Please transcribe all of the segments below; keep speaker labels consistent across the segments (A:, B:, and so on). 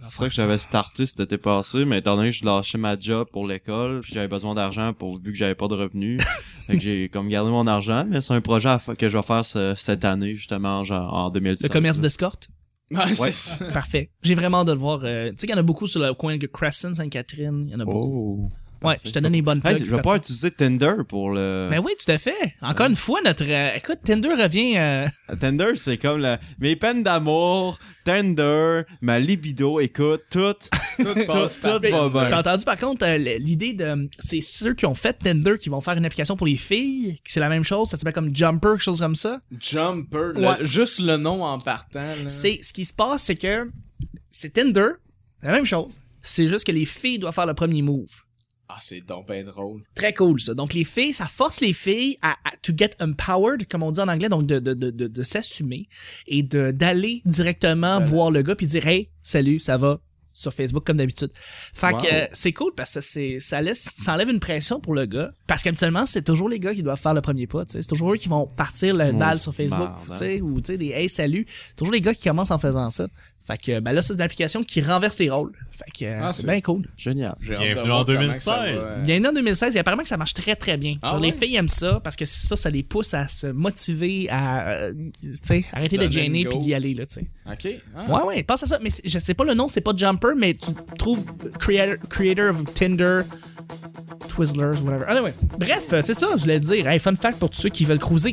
A: C'est ça que j'avais starté cet été passé, mais étant donné que je lâchais ma job pour l'école, puis j'avais besoin d'argent pour vu que j'avais pas de revenus, fait que j'ai comme gardé mon argent, mais c'est un projet à fa- que je vais faire ce- cette année justement genre, en 2017.
B: Le commerce d'escorte.
C: Ouais,
A: Ouais.
C: c'est ça.
B: Parfait. J'ai vraiment hâte de le voir. euh, tu sais qu'il y en a beaucoup sur le coin de Crescent, Sainte-Catherine. Il y en a beaucoup.
A: Oh.
B: ouais,
A: parfait.
B: je te donne les bonnes
A: Hey,
B: plugs.
A: je vais pas utiliser Tinder pour le.
B: Ben oui, tout à fait. Encore une fois, notre... euh, écoute, Tinder revient... euh,
A: Tinder, c'est comme la... mes peines d'amour, Tinder, ma libido, écoute, tout.
C: Tout passe par-
A: tout va bien.
B: T'as entendu par contre euh, l- l'idée de c'est ceux qui ont fait Tinder qui vont faire une application pour les filles, que c'est la même chose, ça s'appelle comme Jumper, quelque chose comme ça.
C: Jumper. le-
B: Ouais.
C: juste le nom en partant. là.
B: C'est ce qui se passe c'est que c'est Tinder, la même chose. C'est juste que les filles doivent faire le premier move.
C: Ah, c'est donc ben drôle.
B: Très cool ça. Donc les filles, ça force les filles à, à- to get empowered comme on dit en anglais, donc de de de de, de s'assumer et de d'aller directement voir le gars puis dire hey salut ça va sur Facebook comme d'habitude. Fait
A: Wow.
B: que euh, c'est cool parce que c'est ça laisse ça enlève une pression pour le gars parce qu'habituellement c'est toujours les gars qui doivent faire le premier pas. tu sais. C'est toujours eux qui vont partir le
A: Mon
B: dalle sur Facebook
A: merde, hein.
B: tu sais, ou tu sais des hey salut. C'est Toujours les gars qui commencent en faisant ça. Fait que ben là c'est une application qui renverse les rôles. Fait que euh,
C: Ah,
B: c'est
C: c'est-
B: bien cool.
A: Génial.
C: J'ai hâte
D: Bienvenue
C: de voir
D: en
C: comment
D: 2016.
C: ça va.
B: Il y en a en 2016 et apparemment que ça marche très très bien.
C: Ah
B: Genre, Les
C: ouais?
B: filles aiment ça parce que ça, ça les pousse à se motiver, à euh, tu sais, arrêter
C: Donner
B: d'être gêné
C: une go.
B: puis d'y aller. Là, tu sais.
C: Ok.
B: Ouais,
C: ah.
B: ouais, pense à ça. Mais c'est- je sais pas le nom, c'est pas Jumper, mais tu trouves Creator, creator of Tinder, Twizzlers, whatever. Anyway, bref, euh, c'est ça, je voulais dire. Hey, fun fact pour tous ceux qui veulent cruiser.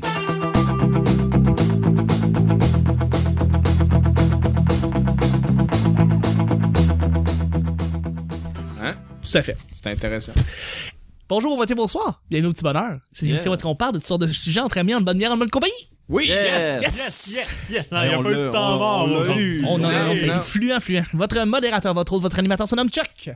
C: Hein?
B: Tout à fait.
C: C'est intéressant.
B: Bonjour, bon matin, bonsoir. Bienvenue au petit bonheur. C'est l'émission où est-ce qu'on parle de toutes sortes de sujets entre amis, en bonne manière, en bonne compagnie.
C: Oui!
A: Yes!
D: Yes, yes, yes. là,
A: Mais
D: Il y a
A: on
D: pas eu
A: l'a-
D: de
A: on-
D: temps mort.
A: on l'a
D: aujourd'hui.
A: eu.
B: Oh non, non, non,
C: Non,
B: ça a été
C: non.
B: fluent, fluent. Votre modérateur, votre hôte, votre animateur se nomme Chuck.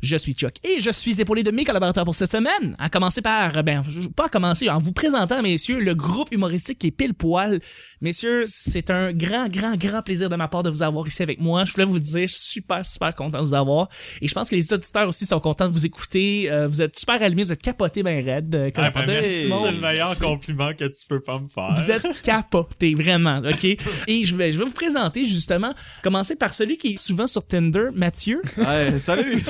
B: Je suis Chuck et je suis épaulé de mes collaborateurs pour cette semaine. À commencer par, ben, je- pas à commencer, en vous présentant, messieurs, le groupe humoristique Les Pile Poil. Messieurs, c'est un grand, grand, grand plaisir de ma part de vous avoir ici avec moi. Je voulais vous le dire, je suis super, super content de vous avoir. Et je pense que les auditeurs aussi sont contents de vous écouter. Euh, vous êtes super allumés, vous êtes capotés, ben raide. euh, comme
D: Ah, ben,
B: on dit.
D: merci,
B: Simon.
D: c'est le meilleur compliment que tu peux pas me faire.
B: Vous êtes capoté, vraiment, OK? Et je vais, je vais vous présenter, justement, commencer par celui qui est souvent sur Tinder, Mathieu.
A: Ouais, salut!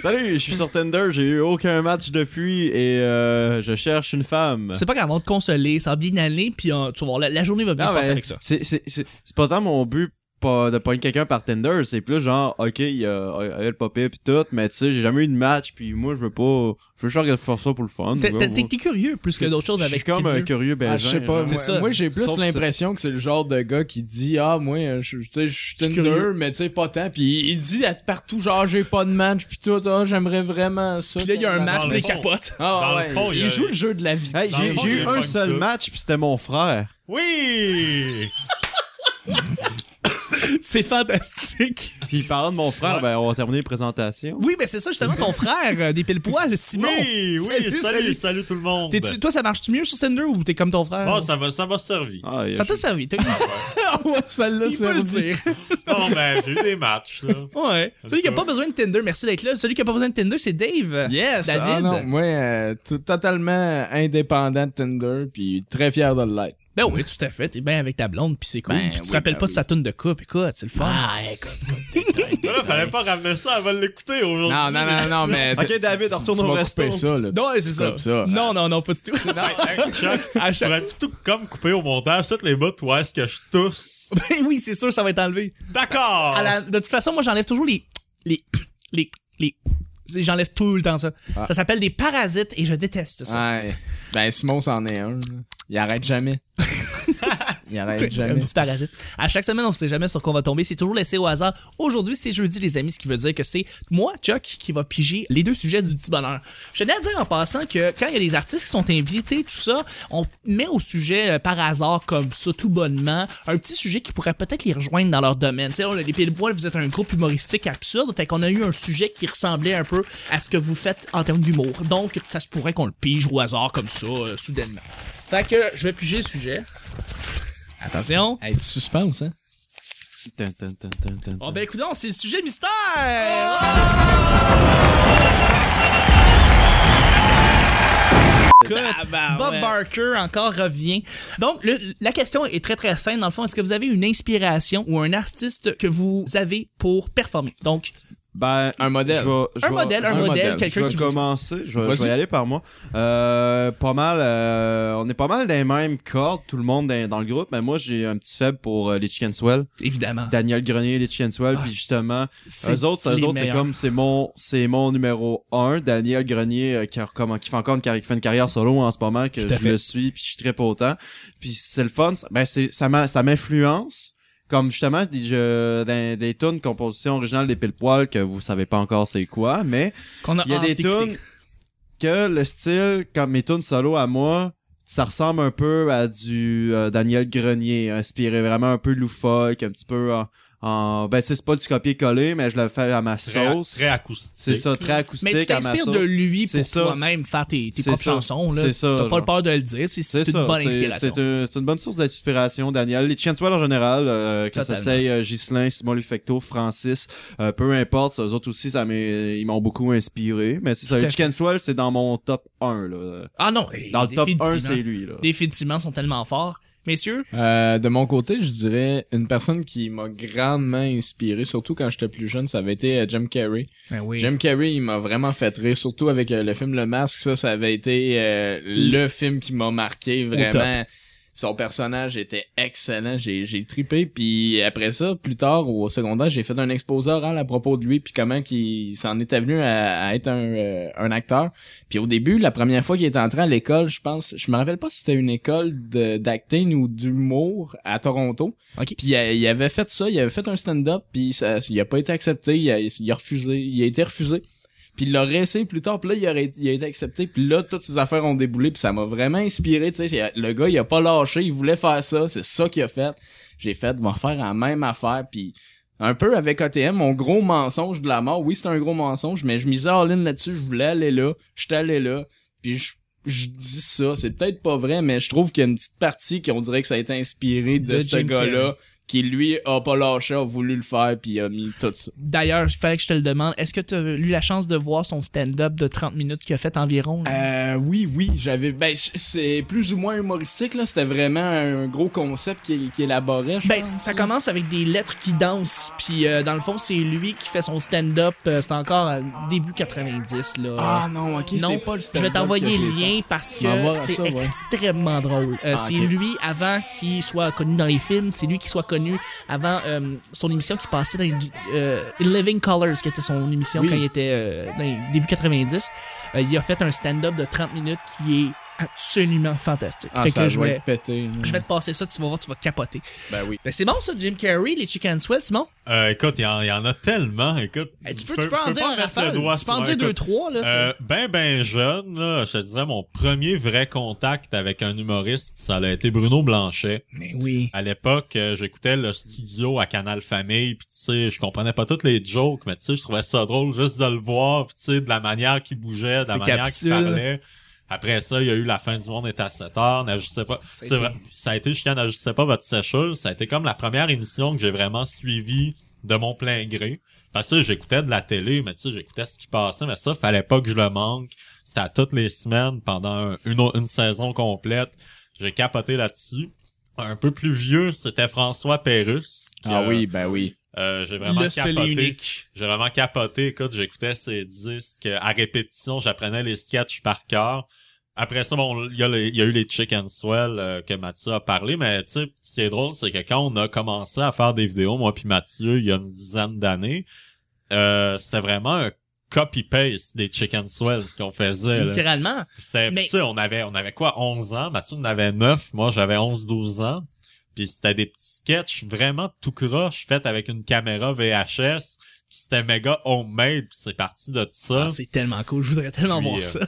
A: salut, je suis sur Tinder, j'ai eu aucun match depuis et euh, je cherche une femme.
B: C'est pas grave, on va te consoler, ça va bien aller, puis euh, tu vas voir, la, la journée va bien
A: Non,
B: se passer
A: mais
B: avec ça.
A: C'est, c'est, c'est, c'est pas tant mon but pas de pogner quelqu'un par Tinder, c'est plus genre, ok, il y a, il y a le papier pis tout, mais tu sais, j'ai jamais eu de match pis moi je veux pas, je veux juste regarder faire ça pour le fun.
B: T'es-
A: Ouais,
B: T'es
A: ouais.
B: t'es- t'es curieux plus que d'autres choses
A: Je suis
B: avec
A: comme un
B: Tinder.
A: curieux
D: Ben,
A: belge.
C: Ah, je sais pas,
B: C'est
C: moi,
B: ça.
C: moi, j'ai plus
A: Sauf que
C: l'impression que c'est le genre de gars qui dit Ah, moi, je, je, tu sais, je suis
B: Je suis
C: Tinder,
B: curieux.
C: mais tu sais, pas tant. Puis il dit à partout Genre, j'ai pas de match, puis tout, ah, j'aimerais vraiment ça.
B: Puis là, il y a un match,
D: Dans
B: puis les
D: le fond.
B: capotes.
C: Ah,
D: Dans
C: ouais.
D: le fond, il y
C: il
D: a-
C: joue le jeu de la vie.
A: Hey,
D: Dans
A: j'ai,
D: le fond,
A: j'ai
D: il y
A: eu
D: a
A: un
D: pas
A: seul
D: tout.
A: match pis c'était mon frère.
D: Oui!
B: C'est fantastique.
A: Pis parlant de mon frère, ben on va terminer les présentations.
B: Oui, mais c'est ça, justement, ton frère euh, des pile-poils, Simon.
D: Oui, oui, salut, salut, tout le monde.
B: T'es-tu- toi, ça marche-tu mieux sur Tinder ou t'es comme ton frère?
D: Bon, ça va, ça va servir.
A: Ah,
B: ça
A: je-
B: t'a servi, t'as
C: Ah, ouais, celle-là,
B: Il peut le dire.
D: Non, mais ben, j'ai eu des matchs, là.
B: Ouais. Celui qui a pas besoin de Tinder, merci d'être là. Celui qui a pas besoin de Tinder, c'est Dave.
C: Yes,
B: David.
C: ah non, moi, euh, tout- totalement indépendant de Tinder, puis très fier de l'être.
B: Ben oui, tout à fait. T'es bien avec ta blonde, puis c'est cool.
C: Ben
B: Puis tu te
C: oui,
B: rappelles
C: ben
B: pas de
C: oui.
B: sa tune de coupe, écoute, c'est le fun. Ah, écoute.
D: Mais là, fallait pas ramener ça, elle va l'écouter aujourd'hui.
C: Non, non, non, non, mais.
A: Ok,
C: tu-
A: David,
C: tu-
A: retourne
C: tu
A: au
C: vas
A: resto.
C: couper ça, là.
B: Non, c'est ça.
C: Comme ça.
B: Non, non, non, pas du tout.
D: Hey, Chuck,
B: À chaque-
D: pourrais-tu tout comme couper au montage toutes les bouts où est-ce que je tousse?
B: ben oui, c'est sûr, ça va être enlevé.
C: Ah.
D: D'accord!
B: À la- De toute façon, moi, j'enlève toujours les. Les. Les. les... c'est- J'enlève tout le temps ça.
C: Ah.
B: Ça s'appelle des parasites et je déteste ça.
C: Ouais. Ben, Simon, c'en est un. là. Il arrête jamais. Il arrête
B: Un
C: jamais.
B: petit parasite. À chaque semaine, on sait jamais sur quoi on va tomber. C'est toujours laissé au hasard. Aujourd'hui, c'est jeudi, les amis, ce qui veut dire que c'est moi, Chuck, qui va piger les deux sujets du petit bonheur. Je tenais à dire en passant que quand il y a des artistes qui sont invités, tout ça, on met au sujet euh, par hasard, comme ça, tout bonnement, un petit sujet qui pourrait peut-être les rejoindre dans leur domaine. Tu sais, on a les pieds de bois, vous êtes un groupe humoristique absurde. Fait qu'on a eu un sujet qui ressemblait un peu à ce que vous faites en termes d'humour. Donc, ça se pourrait qu'on le pige au hasard comme ça, euh, soudainement. Fait que je vais piger le sujet. Attention.
C: Hey, tu suspense, hein?
A: Tin, tin, tin, tin, tin,
B: Bon
C: Ah,
A: tin.
B: ben écoutons, c'est le sujet mystère!
A: Oh!
B: Bob Barker encore revient. Donc, le- la question est très très simple. Dans le fond, est-ce que vous avez une inspiration ou un artiste que vous avez pour performer? Donc,
A: Ben,
C: Un modèle.
A: Je vais- je
B: Un
A: vais-
B: modèle, un
C: modèle,
B: modèle,
A: Je
B: quelqu'un
A: vais
B: qui vous-
A: commencer, je vais,
C: Vas-y.
A: je vais y aller par moi. Euh, pas mal, euh, on est pas mal dans les mêmes cordes, tout le monde dans, dans le groupe, mais moi j'ai un petit faible pour euh, les Chicken Swell.
B: Évidemment.
A: Daniel Grenier, les Chicken Swell,
B: Ah,
A: puis
B: c'est-
A: justement,
B: C'est
A: eux autres, eux
B: les
A: autres c'est
B: meilleurs.
A: comme, c'est mon, c'est mon numéro 1, Daniel Grenier, euh, qui, a recomm- qui fait encore une, carrière- qui fait une carrière solo en ce moment, que
B: Tout à
A: je
B: fait.
A: le suis, puis je suis très autant. Puis c'est le fun, ça- ben c'est, ça m'a- ça m'influence. Comme justement des, jeux- des, des tunes composition originale des pile poil que vous savez pas encore c'est quoi, mais
B: qu'on a
A: il y a
D: Ah,
B: hâte
A: des
B: d'écouter.
A: tunes que le style, comme mes tunes solo à moi, ça ressemble un peu à du euh, Daniel Grenier, inspiré vraiment un peu loufoque, un petit peu en... en- ben, c'est pas du copier-coller, mais je le fais à ma
D: Très,
A: sauce.
D: très acoustique.
A: C'est ça, très acoustique
B: Mais tu
A: à ma
B: t'inspires
A: sauce.
B: de lui
A: C'est
B: pour
A: ça.
B: toi-même faire tes, tes
A: C'est
B: propres
A: ça.
B: chansons. là.
A: C'est ça,
B: T'as pas
A: genre.
B: peur de le dire. C'est, c'est
A: C'est
B: une
A: ça,
B: bonne
A: c'est-
B: inspiration.
A: c'est un- c'est une bonne source d'inspiration, Daniel. Les Chientoiles en général, euh, que ça
B: Totalement.
A: soit euh, Ghislain, Simon Lufecto, Francis, euh, peu importe, eux autres aussi, ça m'est- ils m'ont beaucoup inspiré. Mais c'est ça,
B: Tout
A: les
B: à fait.
A: Chicken Swell, c'est dans mon top 1. Là.
B: Ah non, eh,
A: Dans le top 1,
B: définitivement.
A: c'est lui. Là.
B: Définitivement, ils sont tellement forts. Messieurs,
C: Euh, de mon côté, je dirais une personne qui m'a grandement inspiré, surtout quand j'étais plus jeune, ça avait été euh, Jim Carrey.
B: ben oui.
C: Jim Carrey, il m'a vraiment fait rire, surtout avec euh, le film Le Masque. Ça, ça avait été euh, le film qui m'a marqué vraiment. Son personnage était excellent. J'ai, j'ai trippé. Puis après ça, plus tard au secondaire, j'ai fait un exposé oral à propos de lui, puis comment qu'il s'en était venu à, à être un, euh, un acteur. Puis au début, la première fois qu'il est entré à l'école, je pense, je me rappelle pas si c'était une école de, d'acting ou d'humour à Toronto.
B: Ok.
C: Puis euh, il avait fait ça, il avait fait un stand-up, puis ça, il a pas été accepté, il a, il a refusé, il a été refusé. Puis il l'a réessayé plus tard, puis là, il, aurait, il a été accepté, puis là, toutes ses affaires ont déboulé, puis ça m'a vraiment inspiré, tu sais, le gars, il a pas lâché, il voulait faire ça, c'est ça qu'il a fait. J'ai fait, de faire la même affaire, puis un peu avec ATM, mon gros mensonge de la mort, oui, c'était un gros mensonge, mais je misais all-in là-dessus, je voulais aller là, j'étais allé là, puis je je dis ça, c'est peut-être pas vrai, mais je trouve qu'il y a une petite partie qu'on dirait que ça a été inspiré de,
B: De
C: ce
B: Jim
C: gars-là, qui lui a pas lâché, a voulu le faire, puis il a mis tout ça.
B: D'ailleurs, il fallait que je te le demande. Est-ce que tu as eu la chance de voir son stand-up de 30 minutes qu'il a fait environ? là?
C: Euh, oui, oui, j'avais. Ben, c- c'est plus ou moins humoristique, là. C'était vraiment un gros concept qui, qui élaborait, je
B: Ben,
C: pense.
B: ça commence avec des lettres qui dansent, puis euh, dans le fond, c'est lui qui fait son stand-up. euh, c'est encore à début 90, là.
C: Ah non, ok,
B: non,
C: c'est pas le
B: je vais
C: stand-up
B: t'envoyer
C: que
B: le
C: j'ai fait.
B: lien parce que
C: Je vais voir
B: c'est
C: ça, ouais.
B: extrêmement drôle. Euh,
C: Ah,
B: c'est
C: ok.
B: lui avant qu'il soit connu dans les films, c'est lui qui soit connu avant euh, son émission qui passait dans les, euh, Living Colors, qui était son émission
C: Oui.
B: quand il était euh, dans les début 90. Euh, il a fait un stand-up de 30 minutes qui est absolument fantastique.
C: Ah,
B: Fait
C: ça
B: que je
C: doit
B: vais,
C: être pété. là.
B: je vais te passer ça, tu vas voir, tu vas capoter.
C: Ben oui.
B: Ben, c'est bon ça, Jim Carrey, les Chicken Swell, Simon?
D: Euh, écoute, il y, en- il y en a tellement. Écoute,
B: Eh, tu, peux,
D: je
B: tu peux en
D: je
B: dire
D: pas
B: un
D: mettre le
B: rafale.
D: doigt
B: Tu peux en
D: sur un.
B: dire deux,
D: Écoute,
B: trois, là. c'est-
D: Euh, ben ben jeune, là, je te dirais mon premier vrai contact avec un humoriste, ça a été Bruno Blanchet.
B: Mais oui.
D: À l'époque, euh, j'écoutais le studio à Canal Famille, puis tu sais, je comprenais pas toutes les jokes, mais tu sais, je trouvais ça drôle juste de le voir, puis tu sais, de la manière qu'il bougeait, de la
C: Ses
D: manière
C: capsules.
D: qu'il parlait. Après ça, il y a eu la fin du monde est à 7 heures, n'ajustez pas.
B: Ça a
D: C'est
B: été-
D: vrai, ça a été chien, n'ajustez pas votre sécheuse. Ça a été comme la première émission que j'ai vraiment suivie de mon plein gré. Parce que j'écoutais de la télé, mais tu sais, j'écoutais ce qui passait, mais ça, fallait pas que je le manque. C'était à toutes les semaines pendant un- une, au- une saison complète. J'ai capoté là-dessus. Un peu plus vieux, c'était François Pérus. qui,
C: Ah
D: euh,
C: oui, ben oui.
D: euh, j'ai vraiment
B: le seul et
D: capoté.
B: unique.
D: J'ai vraiment capoté. Écoute, j'écoutais ses disques euh, à répétition. J'apprenais les sketchs par cœur. Après ça, bon, il y, a le- il y a eu les Chicken Swell euh, que Mathieu a parlé, mais tu sais, ce qui est drôle, c'est que quand on a commencé à faire des vidéos, moi puis Mathieu, il y a une dizaine d'années, euh, c'était vraiment un copy-paste des Chicken Swell, ce qu'on faisait. là.
B: Littéralement.
D: C'était,
B: Mais-
D: tu sais, on avait, on avait quoi, 11 ans? Mathieu en avait 9, moi j'avais 11, 12 ans. Puis c'était des petits sketchs vraiment tout croche, faits avec une caméra VHS. C'était méga homemade, puis c'est parti de ça.
B: Ah, c'est tellement cool, je voudrais tellement
D: Puis,
B: voir
D: euh,
B: ça.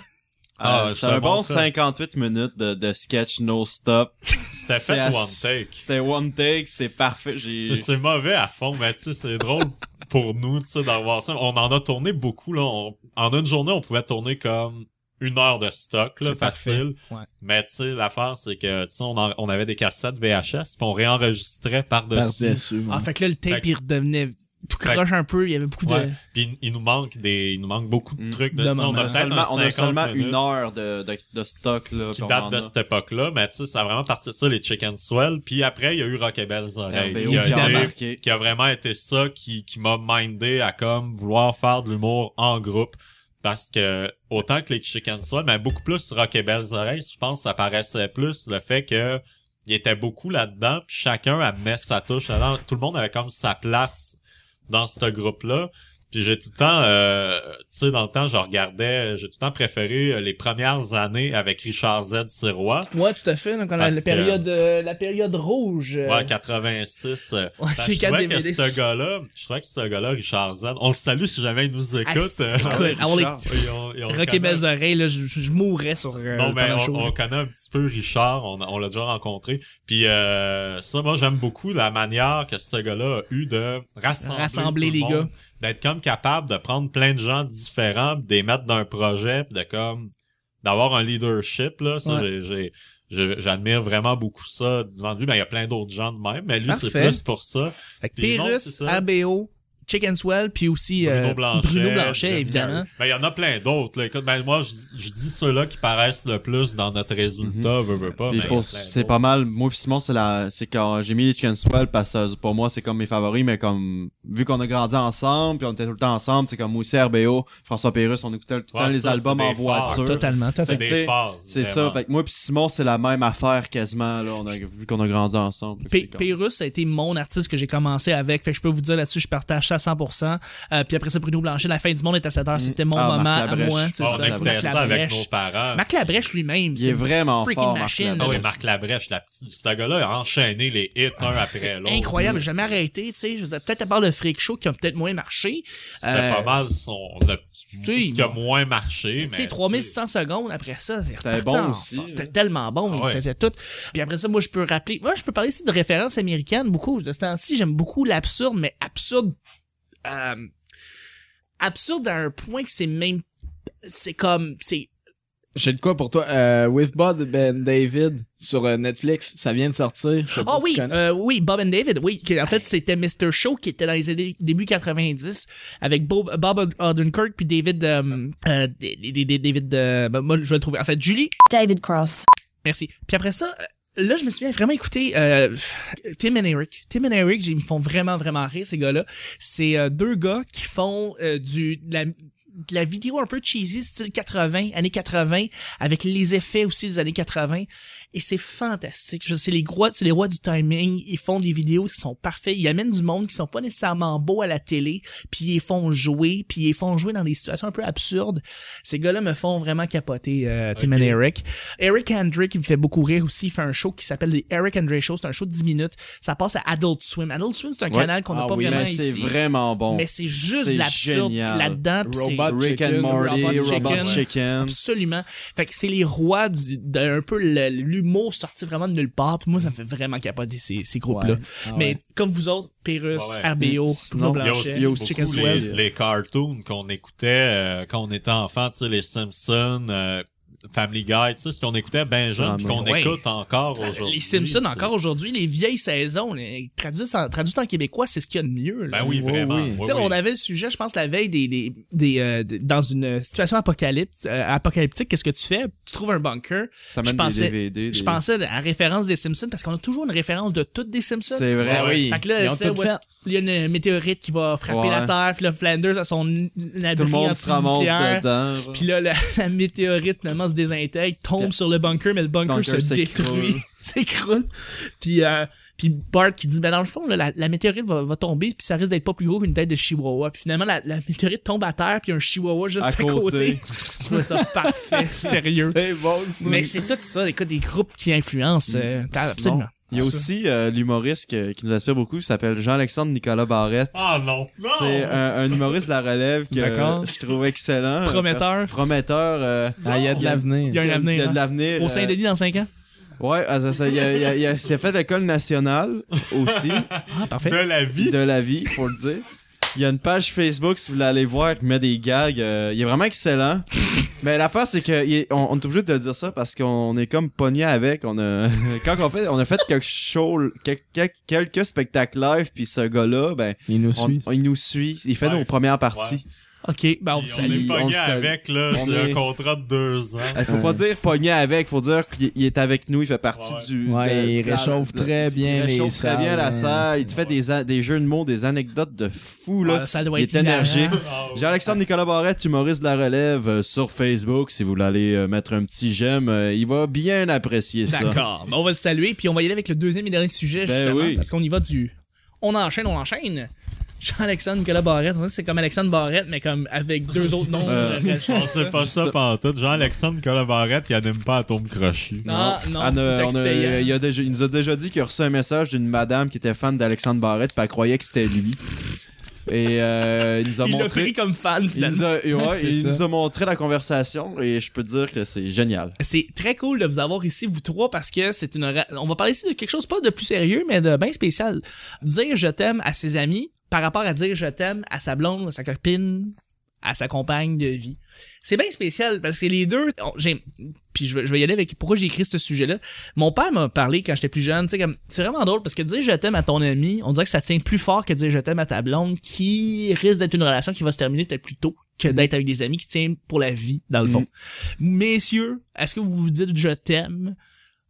D: Ah,
A: Euh,
D: je
A: c'est
D: te
A: un bon
D: montre ça.
A: 58 minutes de, de sketch no stop.
D: C'était
A: c'est
D: fait
A: ass-
D: one take.
A: C'était one take, c'est parfait. J'ai
D: C'est mauvais à fond, mais tu sais, c'est drôle pour nous, tu sais, d'avoir ça. On en a tourné beaucoup, là. On- en une journée, on pouvait tourner comme une heure de stock, là,
B: C'est parfait.
D: facile.
B: Ouais.
D: Mais tu sais, l'affaire, c'est que, tu sais, on, en- on avait des cassettes VHS, puis on réenregistrait par-dessus.
C: Par-dessus.
B: Ah, fait que là, le tape,
D: Fait que-
B: il redevenait tout croche un peu, il y avait beaucoup
D: Ouais.
B: de...
D: Puis il nous manque des, il nous manque beaucoup de
A: Mm.
D: trucs.
B: De
D: De, ça. on
B: moments.
D: a peut-être
A: Seulement-
D: un
A: on a
D: 50
A: seulement
D: minutes
A: une heure de, de, de stock là,
D: qui
A: qu'on en
D: date de
A: a.
D: cette époque-là, mais tu sais, ça a vraiment parti de ça, les Chicken Swell. Puis après, il y a eu Rockabelle's Oreilles.
A: RBO
D: qui a
A: qui a
D: été-
A: embarqué.
D: qui a vraiment été ça qui, qui m'a mindé à comme vouloir faire de l'humour en groupe. Parce que autant que les Chicken Swell, mais beaucoup plus Rock et Belles Oreilles, je pense que ça paraissait plus le fait que il était beaucoup là-dedans, puis chacun amenait sa touche là Tout le monde avait comme sa place dans ce groupe-là. Puis j'ai tout le temps, euh, tu sais, dans le temps, je regardais, j'ai tout le temps préféré euh, les premières années avec Richard Z. Sirois.
B: Ouais, tout à fait. Donc, on a
D: Parce
B: la
D: que-
B: période, euh, la période rouge. euh,
D: Ouais, 86. euh,
B: Ouais, j'ai
D: parce que je
B: quatre
D: trouvais que
B: DVD.
D: ce gars-là, je trouvais que ce gars-là, Richard Z, on le salue si jamais il nous
B: Ah,
D: écoute.
B: c'est-
D: euh,
B: écoute,
A: ouais,
B: ah, on les-
A: Richard.
D: ils ont- ils ont
B: Rock
D: reconnu-
B: et belles oreilles, là, je, je- je mourrais sur euh,
D: Non, mais
B: pendant le show,
D: ben, on, on
B: là.
D: connaît un petit peu Richard, on, on l'a déjà rencontré. Puis euh, ça, moi, j'aime beaucoup la manière que ce gars-là a eu de rassembler,
B: Rassembler
D: tout le
B: les
D: monde, D'être comme capable de prendre plein de gens différents, puis de les mettre dans un projet, puis de comme d'avoir un leadership. Là. Ça,
B: Ouais.
D: j'ai- j'ai- je- j'admire vraiment beaucoup ça devant lui. Ben, il y a plein d'autres gens de même, mais lui, c'est
B: Parfait.
D: plus pour ça.
B: Fait que
D: Puis non, c'est
B: Pyrrhus,
D: ça.
B: RBO, Chicken Swell, puis aussi euh,
D: Bruno Blanchet.
B: Bruno Blanchet,
D: j'aime
B: évidemment.
D: bien. Ben, il y en a plein d'autres. là. Écoute, ben, moi, je, je dis ceux-là qui paraissent le plus dans notre résultat,
B: Mhm.
D: veux, veux pas.
A: Puis
D: mais
A: faut-
D: il y a plein
A: c'est
D: d'autres.
A: pas mal. Moi pis Simon, c'est la, c'est quand j'ai mis les Chicken Swell parce que pour moi c'est comme mes favoris, mais comme vu qu'on a grandi ensemble, puis on était tout le temps ensemble, c'est comme aussi RBO, François Pérus, on écoutait tout le temps
D: Ouais,
A: les
D: ça,
A: albums
D: c'est
A: en
D: des phares.
A: voiture.
B: Totalement,
D: C'est
A: Fait que,
B: totalement.
D: des
A: tu sais,
D: phases,
A: C'est ça.
D: vraiment.
A: Fait que moi puis Simon, c'est la même affaire quasiment là. On a vu qu'on a grandi ensemble. fait que
B: P-
A: c'est comme-
B: Pyrrhus, ça a été mon artiste que j'ai commencé avec. Fait que je peux vous dire là-dessus, je partage ça à 100%. Euh, puis après ça, Bruno Blanchet, La fin du monde est à 7 heures. C'était mon
A: Ah, Marc
B: moment à
A: Labrèche.
B: moi. C'est
A: Ah,
D: on
B: ça,
A: Marc
D: écoutait
B: Marc
D: ça avec
B: Labrèche.
D: nos parents.
B: Marc Labrèche lui-même.
A: il est
B: c'était
A: vraiment
B: freaking
A: fort, Marc
B: machine,
A: Labrèche.
D: Ah oui,
B: notre-
D: Marc Labrèche, la petite, ce gars-là a enchaîné les hits un après
B: Ah, c'est
D: l'autre.
B: incroyable, j'ai jamais arrêté, tu sais, Je veux dire, peut-être à part le freak show qui a peut-être moins marché.
D: C'était
B: Euh,
D: pas mal son, le,
B: sais,
D: ce qui a moins marché.
B: Tu sais,
D: mais,
B: 3600 secondes après ça, c'est
A: C'était
B: reparti
A: bon
B: en-
A: aussi, là.
B: C'était tellement bon,
D: Ah ouais.
B: il faisait tout. Puis après ça, moi, je peux rappeler. Moi, je peux parler ici de références américaines beaucoup. De ce temps-ci, j'aime beaucoup l'absurde, mais absurde. euh, absurde à un point que c'est même. C'est comme. C'est.
C: J'ai de quoi pour toi. Euh, With Bob Ben David sur euh, Netflix, ça vient de sortir. Je sais pas
B: Oh
C: si
B: oui,
C: tu connais.
B: euh, oui, Bob and David, oui. qui, en fait, c'était Mr. Show qui était dans les années- débuts 90 avec Bob, Bob Odenkirk puis David. euh, euh, David. euh, ben, moi, je vais le trouver. En fait, Julie
E: David Cross.
B: Merci. Puis après ça, euh, là, je me suis bien vraiment écouté euh, pff, Tim and Eric. Tim and Eric, j'ai- ils me font vraiment, vraiment rire, ces gars-là. C'est euh, deux gars qui font euh, du, de la, de la vidéo un peu cheesy, style 80, années 80, avec les effets aussi des années 80. Et c'est fantastique. Je- C'est les, rois- c'est les rois du timing. Ils font des vidéos qui sont parfaites. Ils amènent du monde qui sont pas nécessairement beaux à la télé, puis ils les font jouer, puis ils les font jouer dans des situations un peu absurdes. Ces gars-là me font vraiment capoter, euh, Tim
D: Ok.
B: and Eric. Eric Andre qui me fait beaucoup rire aussi, il fait un show qui s'appelle The Eric Andre Show. C'est un show de 10 minutes. Ça passe à Adult Swim. Adult Swim, c'est un
A: Ouais.
B: canal qu'on n'a
C: Ah
B: pas
C: oui,
B: vraiment
A: mais c'est
B: ici.
A: vraiment bon.
B: Mais c'est juste
A: C'est
B: de l'absurde
A: génial.
B: là-dedans. puis c'est-
C: Robot
A: Rick
C: Chicken,
A: and Morty,
B: Robot
A: Robot
B: Chicken.
A: Chicken.
B: Ouais. Absolument. Fait que c'est les rois du- d'un peu le- l'humour sorti vraiment de nulle part. Puis moi, ça me fait vraiment capoter ces, ces groupes-là.
C: Ouais. Ah
B: Mais
C: ouais.
B: comme vous autres, Pérus,
D: Ouais, ouais.
B: RBO,
A: Mm,
B: Bruno
A: sinon,
D: Il y a
B: Blanchet,
D: aussi,
A: il y a aussi
B: Chicken
D: beaucoup
B: Swell.
D: les, les cartoons qu'on écoutait euh, quand on était enfant, tu sais, les Simpsons, euh, Family Guy, tu sais, ce qu'on écoutait ben jeune, puis qu'on
B: Ouais.
D: écoute encore aujourd'hui.
B: Les Simpsons,
D: c'est-
B: encore aujourd'hui, les vieilles saisons, les- traduites en, traduites en québécois, c'est ce qu'il y a de mieux. là.
D: Ben oui,
C: Oui,
D: vraiment.
C: oui.
D: oui,
B: Tu sais,
D: oui.
B: On avait le sujet, je pense, la veille des, des, des, euh, des- dans une situation apocalypse, euh, apocalyptique. Qu'est-ce que tu fais? Tu trouves un bunker.
A: Ça
B: Je
A: mène des
B: pensais-
A: DVD. des-
B: Je pensais à la référence des Simpsons parce qu'on a toujours une référence de toutes des Simpsons.
A: C'est vrai.
C: Ah oui.
B: Fait que là,
C: Ils ont
B: c'est
C: tout
B: où est-ce qu'il y a une euh, météorite qui va frapper
A: Ouais.
B: la Terre, puis là, Flanders a son abri
A: Tout le monde se ramasse
B: anti-nucléaire.
A: dedans.
B: Puis là, la, la météorite finalement se désintègre, tombe sur le bunker, mais le bunker,
A: Bunker
B: se
A: s'écroule.
B: détruit, s'écroule. Puis, euh, puis Bart qui dit, ben dans le fond, là, la, la météorite va, va tomber, puis ça risque d'être pas plus gros qu'une tête de chihuahua. Puis finalement, la, la météorite tombe à terre, puis il y a un chihuahua juste à,
A: À
B: côté.
A: côté.
B: Je trouve ça parfait, sérieux.
C: C'est bon, ça.
B: Mais c'est tout ça, écoute, des groupes qui influencent. euh,
A: Sinon,
B: t'as- absolument.
A: Il y a aussi euh, l'humoriste que- qui nous inspire beaucoup, qui s'appelle Jean-Alexandre Nicolas Barrette.
D: Ah non, non!
B: Oh!
A: C'est euh, un, un humoriste de la relève que
C: D'accord.
A: euh, je trouve excellent.
B: Prometteur.
A: Euh, Prometteur. euh,
C: Ah, il y a de
B: Il y a un
C: l'avenir.
B: avenir.
A: Il y a
B: hein.
A: de l'avenir.
B: Au
A: euh,
B: Saint-Denis dans 5 ans.
A: Ouais, ah, ça, ça, il, a, il a- il a- il s'est fait l'école nationale aussi,
B: Ah, parfait.
D: de la vie.
A: de la vie, faut le dire. Il y a une page Facebook, si vous voulez aller voir, qui met des gags. euh, il est vraiment excellent. Mais la part, c'est que il est- on, on est obligé de dire ça parce qu'on est comme pogné avec. On a, quand on fait, on a fait quelques shows, quelques, quelques- quelques spectacles live, puis ce gars-là, ben,
C: Il nous
A: on-
C: suit.
A: on- il nous suit. Il fait
D: Ouais.
A: nos premières parties.
B: Ok, ben on vous
D: Puis
A: salue,
D: On est
A: on
D: pogné
A: le salue.
D: avec, là.
A: On
D: C'est
A: est-
D: un contrat de deux ans.
A: Euh, faut pas dire pogné avec, faut dire qu'il il est avec nous, il fait partie
D: Ouais, ouais.
A: du.
C: Ouais,
A: de-
C: il
A: de la-
C: réchauffe
A: de-
C: très bien
A: il réchauffe
C: les
A: très bien la
C: salles.
A: salle. Il te fait des, a- des jeux de mots, des anecdotes de fou, là.
B: Ah, ça doit
A: il
B: être
A: est énergique.
B: hilarant.
D: Ah, ouais.
A: Jean-Alexandre Nicolas Barrette, humoriste de la relève euh, sur Facebook. Si vous voulez aller euh, mettre un petit j'aime, euh, il va bien apprécier ça.
B: D'accord. Ben, on va le saluer, puis on va y aller avec le deuxième et dernier sujet,
A: Ben
B: justement,
A: oui.
B: parce qu'on y va du. On enchaîne, on enchaîne. Jean-Alexandre Nicolas Barrette, on dirait que c'est comme Alexandre Barrette, mais comme avec deux autres noms.
A: Euh,
B: euh, rajoute
D: On
B: ça.
D: sait pas ça pantoute. Jean-Alexandre Colabarette, il anime pas Atome Crochet.
B: Non, non,
A: Ah, on a-
B: texte
A: on a-
B: payant.
A: il, a déjà- il nous a déjà dit qu'il a reçu un message d'une madame qui était fan d'Alexandre Barrette, puis elle croyait que c'était lui. Et euh, il nous a
B: Il l'a
A: montré.
B: pris comme fan,
A: Il,
B: finalement.
A: nous a, et ouais,
C: C'est
A: il
C: ça.
A: nous a montré la conversation et je peux dire que c'est génial.
B: C'est très cool de vous avoir ici, vous trois, parce que c'est une. ra- On va parler ici de quelque chose pas de plus sérieux, mais de bien spécial. Dire je t'aime à ses amis par rapport à dire je t'aime à sa blonde, à sa copine, à sa compagne de vie. C'est bien spécial parce que les deux. on- j'ai- Puis je vais, je vais y aller avec pourquoi j'ai écrit ce sujet-là. Mon père m'a parlé quand j'étais plus jeune. tu sais, comme- C'est vraiment drôle parce que dire je t'aime à ton ami, on dirait que ça tient plus fort que dire je t'aime à ta blonde qui risque d'être une relation qui va se terminer peut-être plus tôt que d'être avec des amis qui tiennent pour la vie, dans le fond. Messieurs, est-ce que vous vous dites je t'aime?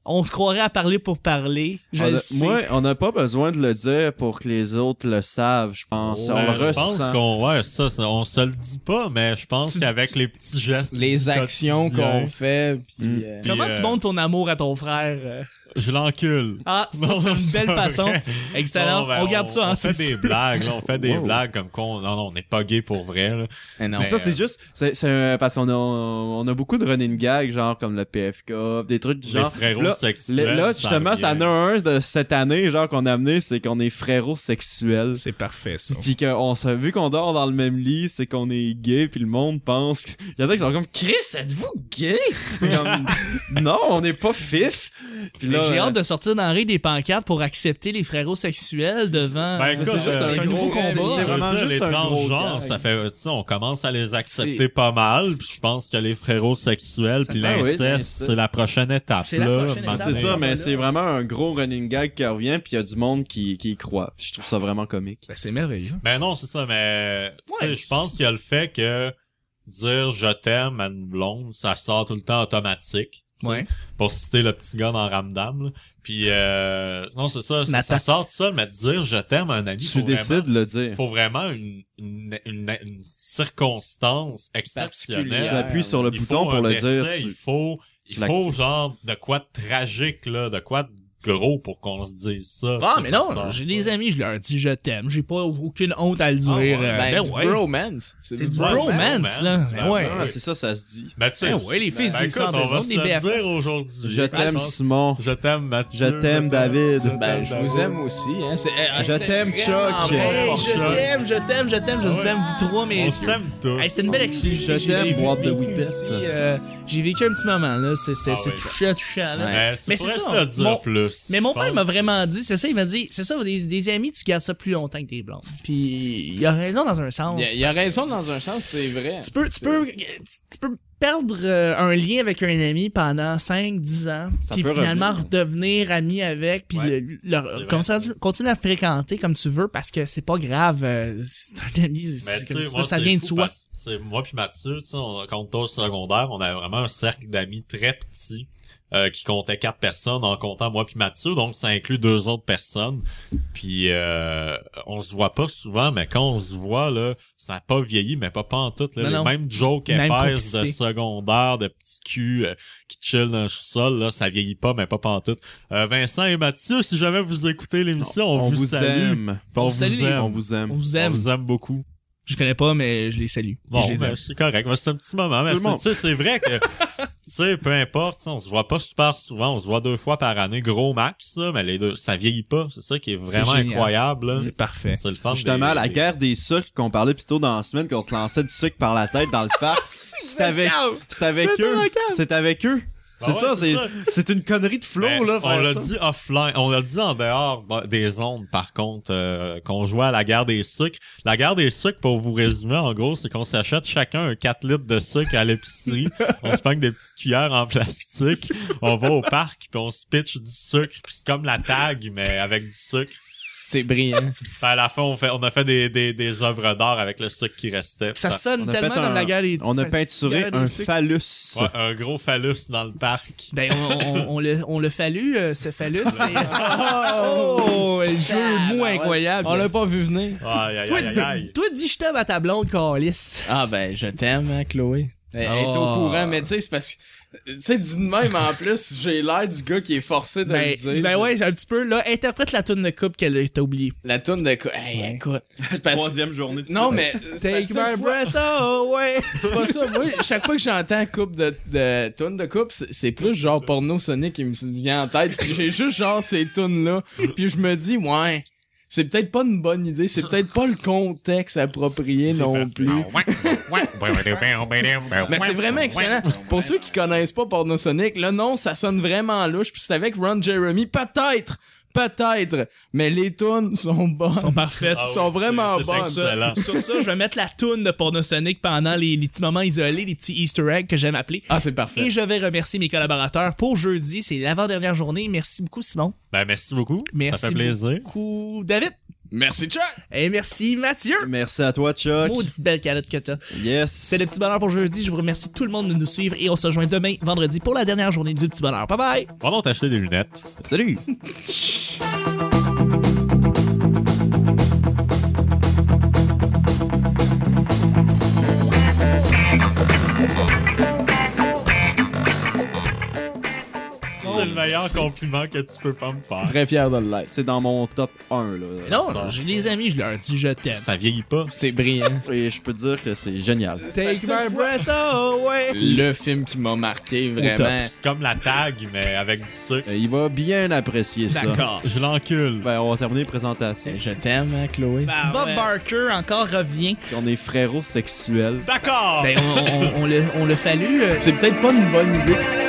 B: On se croirait à parler pour parler. Je
A: On a-
B: le sais.
A: Ah, moi, on n'a pas besoin de le dire pour que les autres le savent, je pense. on
D: Ouais,
A: le
D: je pense
A: ressent.
D: qu'on ouais, ça, ça, on se le dit pas, mais je pense
B: Tu-
D: qu'avec les petits gestes,
C: Les
D: du
C: actions
D: quotidien,
C: qu'on fait, puis...
A: Mm.
C: euh,
B: Comment
D: Puis,
B: tu
D: euh,
B: montres ton amour à ton frère? euh?
D: je l'encule.
B: Ah, ça,
D: Non,
B: c'est une
D: c'est
B: belle
D: pas
B: façon.
D: vrai.
B: Excellent.
D: Non, ben,
B: on garde ça, hein,
D: On fait
B: c'est
D: des
B: sûr.
D: blagues, là, on fait des
A: Wow.
D: blagues comme qu'on non, non, on n'est pas gay pour vrai. Là.
C: eh non.
A: Mais ça,
D: Mais,
A: c'est
D: euh,
A: juste, c'est, c'est un- parce qu'on a, on a beaucoup de running gags, genre comme le PFK, des trucs du genre.
D: les frérots
A: là,
D: sexuels.
A: le- là, justement, ça en a
D: revient.
A: un de cette année, genre qu'on a amené, c'est qu'on est frérots sexuels.
B: C'est parfait, ça.
A: Puis qu'on se, vu qu'on dort dans le même lit, c'est qu'on est gay, puis le monde pense. que- Il y en a qui sont comme, Chris, êtes-vous gay? Puis comme, non, on n'est pas fif. Puis là,
B: J'ai
A: euh,
B: hâte de sortir dans Ré des pancartes pour accepter les frérots sexuels devant.
D: Ben, écoute,
A: Ah. c'est juste
D: euh,
A: un
B: c'est un
A: gros
B: nouveau
A: gag,
B: combat.
A: c'est
D: Je veux
A: vraiment
D: dire,
A: juste
D: les
A: un gros
D: transgenres,
A: gag.
D: ça fait, tu sais, on commence à les
A: C'est-
D: accepter pas mal. Puis je pense que les frérots sexuels, puis
A: ça, oui,
D: l'inceste,
A: l'inceste.
D: c'est la prochaine étape.
B: C'est la
D: là, ben,
B: prochaine
D: maintenant.
A: C'est
B: étape.
A: ça,
B: Voilà.
A: mais c'est vraiment un gros running gag qui revient, puis il y a du monde qui, qui y croit. Je trouve ça vraiment comique.
B: Ben, c'est
A: hein.
B: merveilleux.
D: Ben non, c'est ça, mais tu sais,
B: Ouais,
D: je pense qu'il y a le fait que dire je t'aime à une blonde, ça sort tout le temps automatique. tu sais,
B: Ouais.
D: Pour citer le petit gars dans Ramdam. là. Puis euh, non, c'est ça, ça,
B: Nathan.
D: ça sort tout seul, mais dire je t'aime à un ami,
A: Tu
D: faut vraiment-
A: décides de le dire.
D: faut vraiment une, une, une, une circonstance exceptionnelle.
A: Tu appuies sur le
D: Il
A: bouton
D: faut
A: pour
D: un
A: le
D: décès,
A: dire. tu-
D: Il faut,
A: tu
D: il
A: l'actives.
D: faut genre de quoi de tragique, là, de quoi de gros pour qu'on se dise ça.
B: Ah,
D: Ça,
B: mais
D: ça
B: non,
D: sort
B: j'ai
D: pas.
B: des amis, je leur dis je t'aime. J'ai pas aucune honte à le dire.
D: Ah ouais,
B: euh,
D: ben,
B: Ben,
C: du
B: ouais.
C: bromance. C'est
B: C'est du bromance, là.
D: bromance,
B: Ben ouais.
D: ben
A: Ah, c'est ça, ça se dit.
D: Ben, tu sais,
B: Ben ouais, les filles
D: ben,
B: se disent ça
D: écoute,
B: entre
D: on
B: eux
D: va
B: autres,
D: se
B: des
D: le
B: BFF.
D: dire aujourd'hui.
A: Je t'aime,
D: pense-
A: Simon.
D: Je t'aime, Mathieu.
A: Je t'aime, David.
C: Ben, je vous
D: David.
C: aime aussi, hein. c'est- eh,
A: Je
C: eh,
A: t'aime,
C: vraiment
A: Chuck.
C: bon
B: Hey, Ben,
C: pour
B: je
C: ça.
D: Ouais.
B: t'aime, je t'aime, je t'aime, je vous
D: Ah Ouais.
B: aime, vous trois,
D: On
B: messieurs.
D: s'aime tous.
B: Hey, c'était une belle excuse.
A: Je t'aime, boîte de whippets.
B: euh, J'ai vécu un petit moment, là. C'est c'est-
D: Ah
B: c'est
D: ouais. Ben,
B: touchant, touchant, là.
C: Ouais.
D: Mais c'est
B: Mais c'est ça.
D: ça. dire
B: Mon-
D: plus.
B: Mais mon père
D: Je
B: m'a vraiment dit, c'est ça, il m'a dit, c'est ça, des, des amis, tu gardes ça plus longtemps que des blondes. Puis il a raison dans un sens.
C: Il a- Il a raison dans un sens, c'est vrai.
B: Tu peux, tu peux, tu peux perdre euh, un lien avec un ami pendant 5, 10 ans,
A: Ça
B: puis
A: peut
B: finalement
A: revenir.
B: redevenir ami avec, puis
D: Ouais.
B: le- le-
D: C'est vrai.
B: comme ça, tu- continue à fréquenter comme tu veux parce que c'est pas grave, euh, c'est un ami,
D: Mais
B: c'est
D: tu
B: comme
D: sais,
B: ça,
D: moi,
B: ça
D: c'est
B: vient de
D: fou
B: toi.
D: parce que c'est moi puis Mathieu, tu sais, on- quand on était au secondaire, on avait vraiment un cercle d'amis très petit euh, qui comptait quatre personnes en comptant moi puis Mathieu, donc ça inclut deux autres personnes. Puis euh, on se voit pas souvent, mais quand on se voit là, ça a pas vieilli, mais pas pas en tout. Là,
B: Non,
D: les
B: non.
D: mêmes jokes
B: Même
D: épaisses de
B: complicité.
D: secondaire, de petits culs euh, qui chill dans le sol, là, ça vieillit pas, mais pas pas en tout. Euh, Vincent et Mathieu, si jamais vous écoutez l'émission, on,
A: On
D: vous,
A: vous
D: salue.
A: aime.
D: Puis On,
B: On
D: vous
B: salue les-
D: aime.
A: On vous aime.
B: On vous
D: On
B: aime.
D: vous aime beaucoup.
B: Je connais pas, mais je les salue.
D: Bon,
B: je les aime.
D: ben, c'est correct. Ben, c'est un petit moment. Mais
A: Tout le monde.
D: c'est- tu sais, c'est vrai que, tu sais, peu importe, tu sais, on se voit pas super souvent. On se voit deux fois par année, gros max, ça, mais les deux, ça vieillit pas. C'est ça qui est vraiment
B: génial.
D: incroyable. là.
B: C'est parfait.
D: C'est le fun.
A: Justement,
D: des-
A: la
D: des-
A: guerre des sucres qu'on parlait plus tôt dans la semaine, qu'on se lançait du sucre par la tête dans le parc, c'est avec,
B: cave.
A: c'est avec
B: C'est
A: eux.
B: tellement cave.
A: C'est avec eux. C'est
D: Bah ouais,
A: ça,
D: c'est
A: c'est
D: ça.
A: c'est une connerie de flow,
D: Ben,
A: là.
D: on
A: faire
D: l'a
A: ça.
D: dit offline, on l'a dit en dehors bah, des ondes, par contre, euh, qu'on jouait à la guerre des sucres. La guerre des sucres, pour vous résumer, en gros, c'est qu'on s'achète chacun un 4 litres de sucre à l'épicerie, on se prend des petites cuillères en plastique, on va au parc, puis on se pitch du sucre, puis c'est comme la tag, mais avec du sucre.
C: C'est brillant.
D: Puis à la fin, on, fait, on a fait des, des, des œuvres d'art avec le sucre qui restait.
B: Ça
A: On
B: sonne
A: a
B: tellement
A: fait
B: dans
A: un-
B: la guerre des
A: On a
B: ça-
A: peinturé
B: guerre des
A: un
B: sucres.
A: phallus.
D: Ouais, un gros phallus dans le parc.
B: Ben, on, on, on le, on le fallu, euh, ce phallus. c'est- oh, le jeu mou incroyable.
C: On l'a pas vu venir.
D: Aïe, aïe,
B: Toi,
D: aïe, aïe.
B: dis, toi, dis je t'aime à ta blonde, Calice.
C: Ah ben, je t'aime, hein, Chloé. Elle elle est au
B: Oh.
C: courant, mais tu sais, c'est parce que... Tu sais, dis de même, en plus, j'ai l'air du gars qui est forcé de
B: Ben,
C: le dire.
B: ben ouais, j'ai un petit peu, là, interprète la toune de coupe qu'elle t'a oubliée.
C: La toune de... co- Hey, écoute. C'est parce-
A: journée.
C: Non, mais... c'est
B: Ben, Take
C: parce que
B: my
C: une fois-
B: breath away.
C: C'est pas ça. Moi, chaque fois que j'entends coupe de, de tune de coupe, c'est c'est plus genre porno Sonic qui me vient en tête. Puis j'ai juste genre ces tunes là. Puis je me dis ouais, c'est peut-être pas une bonne idée. C'est peut-être pas le contexte approprié non plus. Mais c'est vraiment excellent. Pour ceux qui connaissent pas Porno Sonic, le nom, ça sonne vraiment louche. Puis c'est avec Ron Jeremy, peut-être, peut-être. Mais les tunes sont bonnes.
B: Ils sont parfaites.
D: Ah ouais,
C: sont vraiment
D: c'est- c'est
C: bonnes.
D: excellent.
B: Sur ça, je vais mettre la toune de Pornosonic pendant les, les petits moments isolés, les petits easter eggs que j'aime appeler.
C: Ah, c'est parfait.
B: Et je vais remercier mes collaborateurs pour jeudi. C'est l'avant-dernière journée. Merci beaucoup, Simon.
D: Ben, merci beaucoup.
B: Merci
D: Ça fait plaisir.
B: beaucoup, David.
C: Merci, Chuck.
B: Et merci, Mathieu.
A: Merci à toi, Chuck.
B: Maudite belle calotte que t'as.
A: Yes.
B: C'est le petit bonheur pour jeudi. Je vous remercie tout le monde de nous suivre et on se rejoint demain, vendredi, pour la dernière journée du petit bonheur. Bye bye!
D: Pendant t'acheter des lunettes.
A: Salut.
D: C'est le meilleur compliment que tu peux pas me faire.
C: Très fier de le live.
A: C'est dans mon top 1, là.
B: Non, j'ai des amis, je leur dis je t'aime.
D: Ça vieillit pas.
C: C'est brillant.
A: Et je peux te dire que c'est génial.
B: Take my breath away!
C: le film qui m'a marqué
B: top.
C: vraiment.
D: C'est comme la tag, mais avec du sucre.
A: Euh, Il va bien apprécier ça.
B: D'accord.
D: Je l'encule.
A: Ben, on va terminer les présentations.
C: Euh, Je t'aime, hein, Chloé.
B: Bob Barker encore revient.
A: Puis On est frérots sexuels.
D: D'accord!
B: Ben, on, on- on le, on le fallu. euh,
C: C'est peut-être pas une bonne idée.